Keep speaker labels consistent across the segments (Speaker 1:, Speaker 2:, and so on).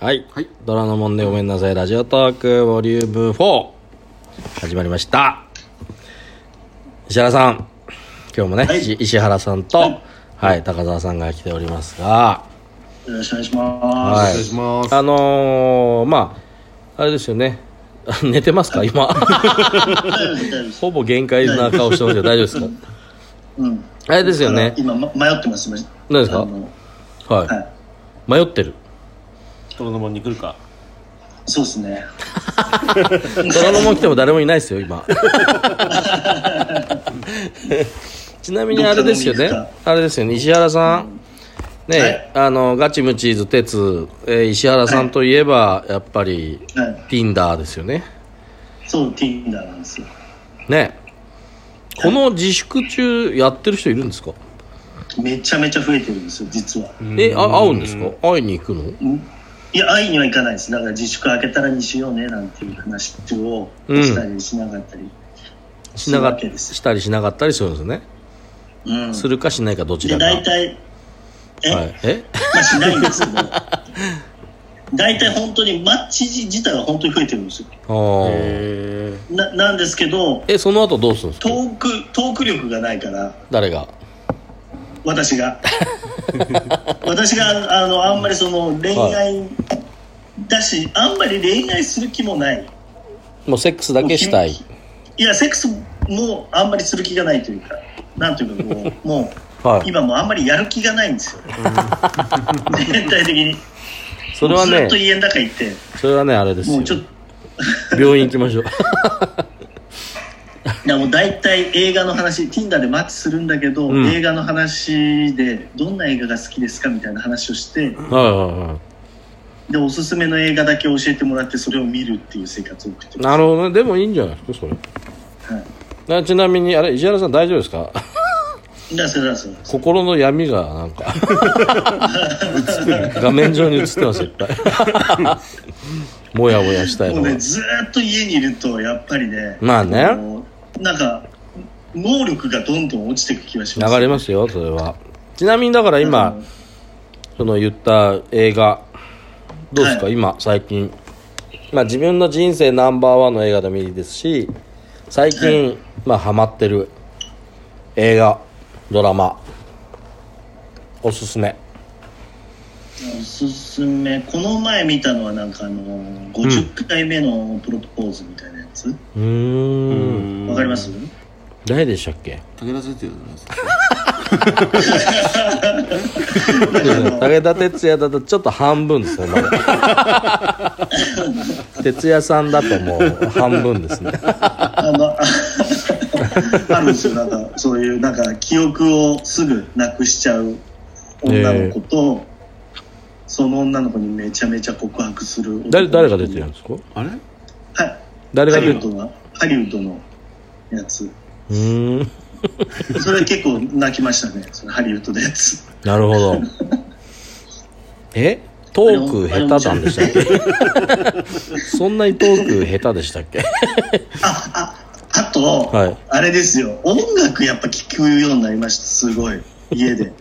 Speaker 1: はい、
Speaker 2: はい
Speaker 1: ドラのもんでごめんなさいラジオトークボリューム4始まりました石原さん今日もね、
Speaker 3: はい
Speaker 1: 石石原さんと、はい高澤さんが来ておりますが
Speaker 3: よろしくお願いしま
Speaker 1: い
Speaker 2: お願いします
Speaker 1: あのー、まああれですよね 寝てますか今
Speaker 3: す。
Speaker 1: ほぼ限界な顔してますけど大丈夫ですか
Speaker 3: うん。
Speaker 1: あれですよね
Speaker 3: 今、ま迷ってます。今
Speaker 1: 何ですか
Speaker 3: あの
Speaker 1: はい、
Speaker 3: はい。
Speaker 1: 迷ってる
Speaker 4: 泥の門に来るか
Speaker 3: そうですね。
Speaker 1: 虎ノ門来ても誰もいないですよ 今ちなみにあれですよね
Speaker 3: どっから見る
Speaker 1: あれですよね石原さん、ね、
Speaker 3: はい
Speaker 1: あのガチムチーズ鉄、えー石原さんといえばやっぱり
Speaker 3: はい。
Speaker 1: Tinder ですよね
Speaker 3: そう、Tinder なんですよ。
Speaker 1: ねこの自粛中やってる人いるんですか、
Speaker 3: めちゃめちゃ増えてるんですよ、実は。
Speaker 1: えあ会うんですか会いに行くの
Speaker 3: いや、会いにはいかないです。だから自粛開けたらにしようね、なんていう話をしたりしなかったり
Speaker 1: し
Speaker 3: す
Speaker 1: な
Speaker 3: る
Speaker 1: か
Speaker 3: わ
Speaker 1: っ
Speaker 3: けです。
Speaker 1: したりしなかったりするんですね、
Speaker 3: うん。
Speaker 1: するかしないかどちら
Speaker 3: で、
Speaker 1: か
Speaker 3: 大体、え、
Speaker 1: はい、え
Speaker 3: まあしないんですけど、大体本当にマッチ自体は本当に増えてるんですよ。
Speaker 1: あー
Speaker 3: ななんですけど、
Speaker 1: えその後どうするんです
Speaker 3: ト
Speaker 1: か
Speaker 3: ーク、トーク力がないから、
Speaker 1: 誰が
Speaker 3: 私が私があのあんまりその恋愛だし、あんまり恋愛する気もない
Speaker 1: もうセックスだけしたい
Speaker 3: いやセックスもあんまりする気がないというかなんというかこ うもう、
Speaker 1: はい
Speaker 3: 今もうあんまりやる気がない んですよ全体的に
Speaker 1: それは
Speaker 3: もうず
Speaker 1: ね
Speaker 3: っと家の中行って
Speaker 1: それはねあれです
Speaker 3: も
Speaker 1: よ
Speaker 3: うちょっと
Speaker 1: 病院行きましょう
Speaker 3: いやもう大体映画の話 Tinder でマッチするんだけど、
Speaker 1: うん
Speaker 3: 映画の話でどんな映画が好きですかみたいな話をして、
Speaker 1: はいはいは
Speaker 3: でおすすめの映画だけ教えてもらってそれを見るっていう生活を送って
Speaker 1: い
Speaker 3: ま
Speaker 1: なるほどねでもいいんじゃないですかそれ、なちなみにあれ石原さん大丈夫ですか
Speaker 3: すだからそれはそうです
Speaker 1: 心の闇がなんか画面上に映ってますいっ ぱいもやもやしたい
Speaker 3: も
Speaker 1: の
Speaker 3: う
Speaker 1: が、
Speaker 3: ねずーっと家にいるとやっぱりね
Speaker 1: まあね
Speaker 3: のなんか能力がどんどん落ちていく気がします
Speaker 1: 流れますよそれはちなみにだから今、
Speaker 3: うん
Speaker 1: その言った映画どうですか、
Speaker 3: はい
Speaker 1: 今最近まあ自分の人生ナンバーワンの映画でもいいですし最近、まあハマってる映画ドラマおすすめ
Speaker 3: おすすめこの前見たのはなんかあの50回目のプロポーズみたいなやつわ、
Speaker 1: うーん
Speaker 3: かります
Speaker 1: 誰でしたっけ
Speaker 2: 武田鉄矢じゃないですか
Speaker 1: 武田鉄矢だとちょっと半分ですねまだ 鉄矢さんだともう半分ですね
Speaker 3: あのああるんですよなんかそういうなんか記憶をすぐなくしちゃう女の子と、その女の子にめちゃめちゃ告白する男
Speaker 1: 誰誰が出てるんですか
Speaker 2: あれ
Speaker 3: はい
Speaker 1: 誰
Speaker 3: ハ
Speaker 1: が
Speaker 3: リウ
Speaker 1: 出
Speaker 3: ッ
Speaker 1: てる
Speaker 3: ドのハリウッドのやつ
Speaker 1: うーん
Speaker 3: それ結構泣きましたねそのハリウッドのやつ
Speaker 1: なるほど。えトーク下手なんでしたっけそんなにトーク下手でしたっけ
Speaker 3: あと、
Speaker 1: はい
Speaker 3: あれですよ音楽やっぱ聴くようになりましたすごい家で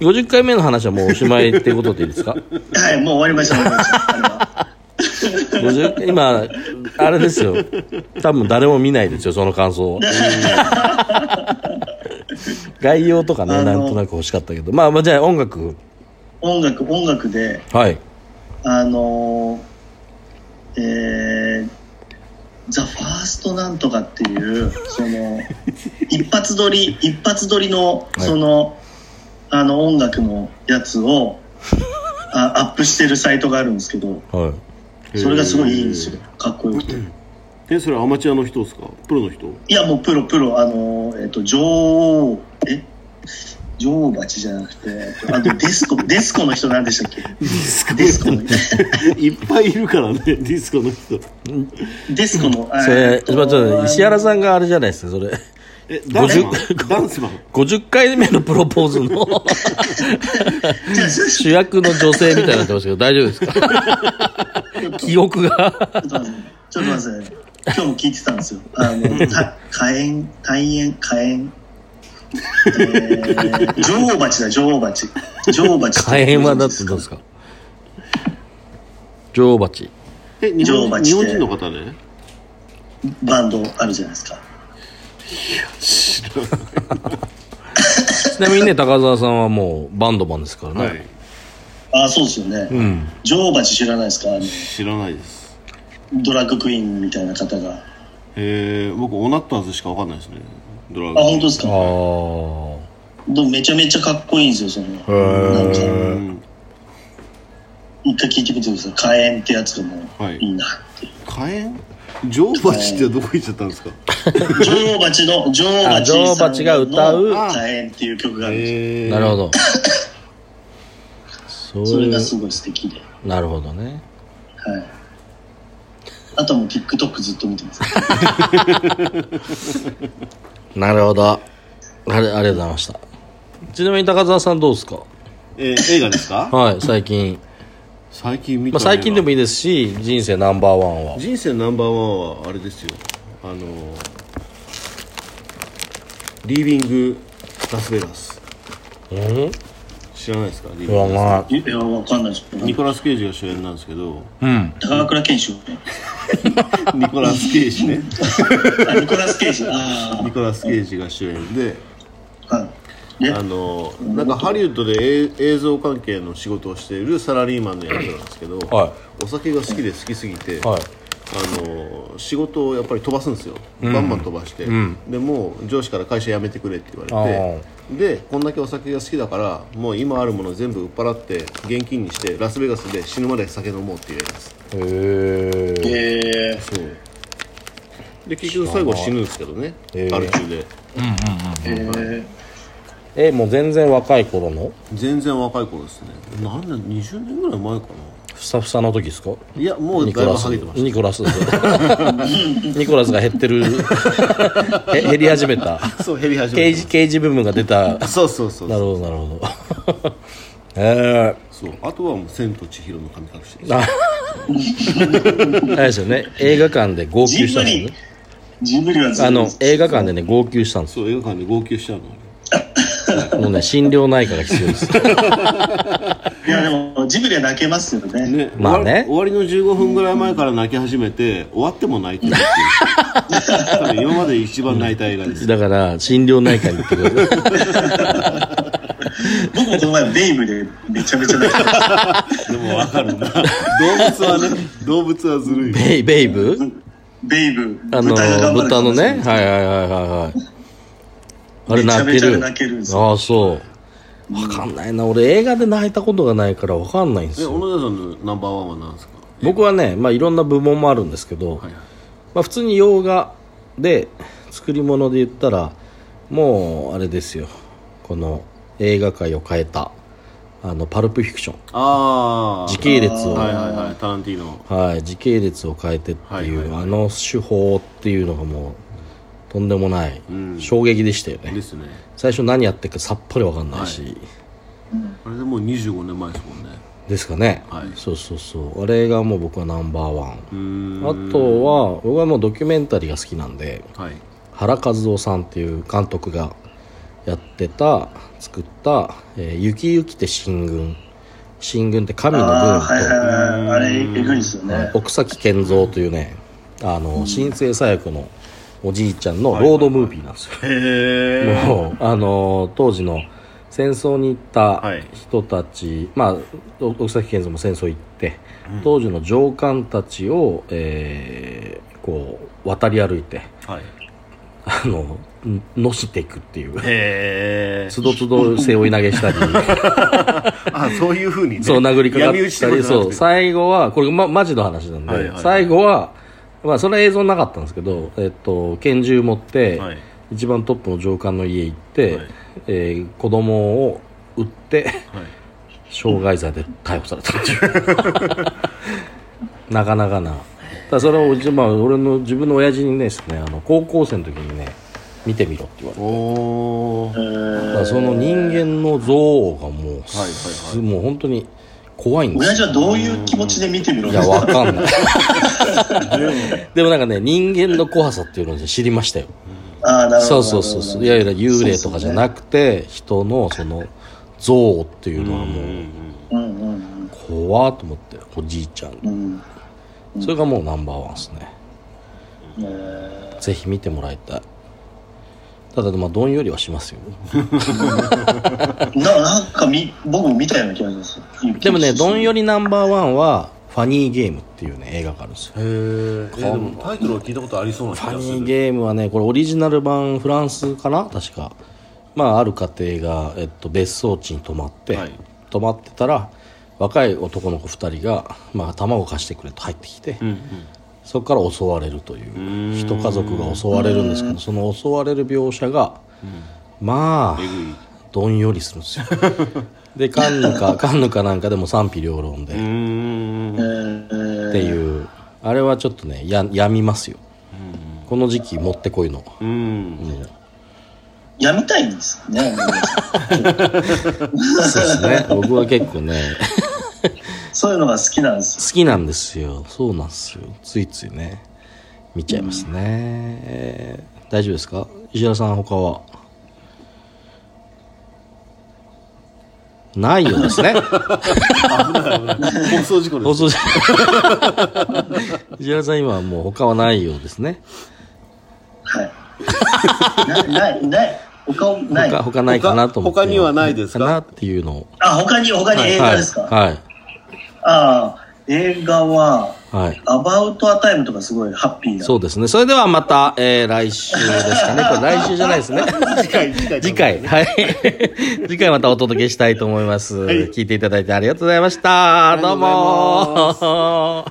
Speaker 1: ?50 回目の話はもうおしまいってことでいいですか
Speaker 3: はいもう終わりました終わりましたあれは
Speaker 1: 50今、あれですよ。多分誰も見ないですよ、その感想を。概要とか
Speaker 3: あ
Speaker 1: ね、
Speaker 3: の
Speaker 1: なんとなく欲しかったけど。まあまあ、じゃあ音楽。
Speaker 3: 音楽音楽で
Speaker 1: はい。
Speaker 3: あのー、えー、ザ・ファーストなんとかっていう、そ の、一発撮り、一発撮りの、
Speaker 1: い
Speaker 3: その、あの音楽のやつを、あアップしてるサイトがあるんですけど、
Speaker 1: はい。
Speaker 3: それがすごいいいんですよ。かっこよくて。
Speaker 2: えそれアマチュアの人ですかプロの人
Speaker 3: いや、もうプロ、プロ、あのー、えっと、女王、え女王蜂じゃなくて、あとデスコ、デスコの人なんでしたっけデ スコの人。
Speaker 2: いっぱいいるからねディスコの人
Speaker 3: デスコの、あ
Speaker 1: そ
Speaker 3: え
Speaker 1: れ
Speaker 3: っ、と
Speaker 1: まあちょっと石原さんがあれじゃないですか、それ。
Speaker 2: えダンスマン
Speaker 1: 50
Speaker 2: ダンスマン
Speaker 1: 50回目のプロポーズの
Speaker 3: じゃあそ
Speaker 1: 主役の女性みたいになってますけど、大丈夫ですか記憶が。
Speaker 3: ちょっと待ってちょっと待って今日も聞いてたんですよ。あの、た火炎、大炎、火炎、えー女王蜂だ、女王蜂。女王蜂。
Speaker 1: 火炎はだってどうですか女王蜂
Speaker 2: え日
Speaker 3: 女王
Speaker 2: 本
Speaker 3: 蜂
Speaker 2: 人
Speaker 3: で
Speaker 2: 日本人の方ね
Speaker 3: バンドあるじゃないですか。
Speaker 2: 知ら
Speaker 1: ちなみにね高澤さんはもうバンドマンですからね、
Speaker 2: ない、はい、
Speaker 3: ああ、そうですよね。
Speaker 1: うん
Speaker 3: 女王蜂知らないですかあの
Speaker 2: 知らないです
Speaker 3: ドラッグクイーンみたいな方が。あ、
Speaker 2: えー、僕オナッターズしかわかんないですねドラ
Speaker 3: 本当です
Speaker 2: か
Speaker 3: か
Speaker 1: ああ
Speaker 3: でもめちゃめちゃかっこいいんですよ、その。なんか
Speaker 2: うん
Speaker 3: 一回聞いてみてください。火炎ってやつがも
Speaker 2: はいう
Speaker 3: いいなっていう。
Speaker 2: 火炎女王蜂ってどこ行っちゃったんですか
Speaker 3: 女王蜂の、女王
Speaker 1: あ
Speaker 3: 蜂
Speaker 1: 女王
Speaker 3: さん
Speaker 1: 蜂が歌う
Speaker 3: の火炎っていう曲があるんですよ。
Speaker 2: え
Speaker 1: なるほど そう
Speaker 3: それ
Speaker 1: い
Speaker 3: が
Speaker 1: う
Speaker 3: すごい素敵で。
Speaker 1: なるほどね
Speaker 3: はい。あとはもう TikTok ずっと見てます。
Speaker 1: なるほどあれありがとうございましたちなみに高澤さんどうですか
Speaker 2: えー映画ですか
Speaker 1: はい最近、
Speaker 2: 最近見
Speaker 1: ま
Speaker 2: た
Speaker 1: あ、最近でも
Speaker 2: い
Speaker 1: いいですし人生ナンバーワンは
Speaker 2: 人生ナンバーワンはあれですよあのーリービングラスベガス
Speaker 1: うん
Speaker 2: 知らないですかリービン
Speaker 1: う
Speaker 2: グラ
Speaker 1: わ
Speaker 2: スベガス
Speaker 1: まあ
Speaker 3: いや、わかんないですけど
Speaker 2: ニコラス・ケイジが主演なんですけど
Speaker 1: うん
Speaker 3: 高倉健志郎ね。
Speaker 2: ニコラス・ケイジね
Speaker 3: あ、ニコラス・ケイジ。あ
Speaker 2: ニコラス・ケイジが主演で
Speaker 3: あ。はい。ね
Speaker 2: あ。のーなんかハリウッドで映映像関係の仕事をしているサラリーマンの役なんですけど、
Speaker 1: は
Speaker 2: お酒が好きで好きすぎて、
Speaker 1: はい
Speaker 2: あの仕事をやっぱり飛ばすんですよ、バンバン飛ばして、
Speaker 1: ん
Speaker 2: でもう上司から会社辞めてくれって言われてでこんだけお酒が好きだからもう今あるもの全部売っ払って現金にしてラスベガスで死ぬまで酒飲もうっていうやつです
Speaker 1: へえ
Speaker 3: えー
Speaker 2: そうで結局最後死ぬんですけどね
Speaker 1: へー
Speaker 2: アル中で
Speaker 3: え
Speaker 1: えもう全然若い頃の
Speaker 2: 全然若い頃ですね何年20年ぐらい前か
Speaker 1: ふさふさの時ですか
Speaker 2: ないやもう
Speaker 1: ニコ
Speaker 2: だいぶ
Speaker 1: ラス
Speaker 2: ハゲてまし
Speaker 1: ニコラスですよ ニコラスが減ってるへ減り始め た
Speaker 2: たそう減り始
Speaker 1: 刑
Speaker 2: め
Speaker 1: 事刑事部分が出た
Speaker 2: たそうそうそう
Speaker 1: なる
Speaker 2: そう
Speaker 1: ほど なるほどえ
Speaker 2: そうあとはもう「千と千尋の神隠し」です
Speaker 1: ー、ああれですよね映画館で号
Speaker 3: ー、ジ
Speaker 1: 泣したん
Speaker 3: ブ
Speaker 1: ですよ
Speaker 3: リ
Speaker 1: ね。
Speaker 3: ジブリはず
Speaker 1: あの映画館でね号泣したんです
Speaker 2: そう映画館で号泣したの
Speaker 1: もうね心療内科が必要です
Speaker 3: いやでもジブリは泣けますよね
Speaker 2: ね、
Speaker 1: まあね
Speaker 2: 終わり終わりの15分ぐらい前から泣き始めて、終わっても泣いてるっていう多分今まで一番泣いた映画 です、
Speaker 1: だから心療内科に行ってくだ さい
Speaker 3: 僕もこの前ベイブでめちゃめちゃ泣け まし
Speaker 2: でもわかるな動物はね動物はずるい
Speaker 1: ベイベイブ
Speaker 3: たベイブ
Speaker 1: あの
Speaker 3: が頑張る
Speaker 1: 豚のね
Speaker 3: 話
Speaker 1: はいはいはいはいはいあれ
Speaker 3: めちゃ
Speaker 1: 泣
Speaker 3: め
Speaker 1: け
Speaker 3: ちゃ
Speaker 1: る
Speaker 3: 泣けるんですよ
Speaker 1: ああそうわかんないな俺映画で泣いたことがないからわかんないんです
Speaker 2: え小
Speaker 1: よ
Speaker 2: 野田さんのナンバーワンは何ですか
Speaker 1: 僕はねまあいろんな部門もあるんですけど、
Speaker 2: はいはい
Speaker 1: まあ、普通に洋画で作り物で言ったらもうあれですよこの映画界を変えたあのパルプフィクション
Speaker 2: ああ
Speaker 1: 時系列を、
Speaker 2: はいはいはいタランティーノ
Speaker 1: はい、時系列を変えてっていう、
Speaker 2: はいはいは
Speaker 1: あの手法っていうのがもうとんでもない、
Speaker 2: ん
Speaker 1: 衝撃でしたよね
Speaker 2: ですね
Speaker 1: 最初何やってるかさっぱりわかんないし、
Speaker 2: あれでもう25年前ですもんね
Speaker 1: ですかね、
Speaker 2: はい
Speaker 1: そうそうそうあれがもう僕はナンバーワン
Speaker 2: う
Speaker 1: あ
Speaker 2: ーん
Speaker 1: とは僕はもうドキュメンタリーが好きなんで
Speaker 2: はい
Speaker 1: 原和夫さんっていう監督がやってた作った「えー雪雪って進軍」進軍って神の
Speaker 3: あ
Speaker 1: 軍
Speaker 3: あ
Speaker 1: と、
Speaker 3: はいはいはいあれえぐいですよね
Speaker 1: 奥崎健三というねあの新生左翼のおじいちゃんのロードムービーなんですよ、
Speaker 2: へえ
Speaker 1: もうあの当時の戦争に行った
Speaker 2: はい
Speaker 1: 人たち、まあお奥崎健三も戦争行って、当時の上官たちを、えーこう渡り歩いて
Speaker 2: はい
Speaker 1: あのんのしていくっていう
Speaker 2: へえ
Speaker 1: つどつど背負い投げしたり
Speaker 2: あそういうふうに、ね、
Speaker 1: そう殴りかかっ
Speaker 2: 闇討ち
Speaker 1: た
Speaker 2: とか
Speaker 1: り
Speaker 2: じゃなくて
Speaker 1: そう最後はこれ、ま、マジの話なんで、
Speaker 2: はいはいはい
Speaker 1: 最後は、まあ、その映像なかったんですけど、えっと、拳銃持って、
Speaker 2: はい
Speaker 1: 一番トップの上官の家行って、
Speaker 2: はい
Speaker 1: えー子供を撃 って
Speaker 2: はい
Speaker 1: 傷害罪で逮捕されたっていう なかなかなただそれを、うちまあ、俺の自分の親父にねですねあの高校生の時にね見てみろって言われて
Speaker 2: おお、
Speaker 1: だからその人間の憎悪がもう、
Speaker 2: はいはい
Speaker 1: もう本当に怖いんで
Speaker 3: 親
Speaker 1: す
Speaker 3: 父
Speaker 1: よ
Speaker 3: はどういう気持ちで見てみろ
Speaker 1: いやわ かんないでもなんかね人間の怖さっていうのを知りましたよ
Speaker 3: ああなるほ
Speaker 1: そ
Speaker 3: ど
Speaker 1: うそうそうそういわゆる幽霊とかじゃなくて、人のその像っていうのはもう
Speaker 3: うんうん
Speaker 1: 怖っと思っておじいちゃん、
Speaker 3: うん
Speaker 1: それがもうナンバーワンですね
Speaker 3: うんえ
Speaker 1: ぜひ見てもらいたいただまあどんよりはしますよ
Speaker 3: ーななんかみ僕も見たような気がします
Speaker 1: でもねどんよ
Speaker 3: り
Speaker 1: りナンバーワンはファニーゲームっていうね映画があるんですよ
Speaker 2: えー、でもタイトルは聞いたことありそうな気
Speaker 1: ファ
Speaker 2: がす
Speaker 1: ニー
Speaker 2: る
Speaker 1: ゲームはねこれオリジナル版フランスかな確かまあある家庭が、えっと、別荘地に泊まって、
Speaker 2: はい
Speaker 1: 泊まってたら若い男の子2人が、まあ、卵貸してくれと入ってきて、そこから襲われるという一家族が襲われるんですけどその襲われる描写が、まあどんよりするんですよでカンヌかカンヌかなんかでも賛否両論で、
Speaker 4: うーん
Speaker 3: えー
Speaker 1: っていうあれはちょっとねややみますよ、この時期もってこいの、
Speaker 4: うん
Speaker 1: うん
Speaker 3: やみたいんですね。
Speaker 1: そうですね。僕は結構ね、
Speaker 3: そういうのが好きなんですよ。
Speaker 1: 好きなんですよ。そうなんですよ。ついついね、見ちゃいますね。えー大丈夫ですか石原さん、他はないようです ね。
Speaker 2: 放送事故で
Speaker 1: 放
Speaker 2: す
Speaker 1: 送じゃ 石原さん、今はもう他はないようですね。
Speaker 3: はい。なない、ない。他、ない。
Speaker 1: 他他ないかなと思って。
Speaker 2: 他他にはないですか
Speaker 1: なっていうのを。
Speaker 3: あ、他に、他に映画ですか、
Speaker 1: はい。
Speaker 3: ああ、映画は、
Speaker 1: はい。はい
Speaker 3: アバウトアタイムとかすごいハッピーな。
Speaker 1: そうですね。それではまた、えー来週ですかね。これ来週じゃないですね。
Speaker 2: 次回次回
Speaker 1: 次回、はい。 次回またお届けしたいと思います。聞いていただいてありがとうございました。どうも。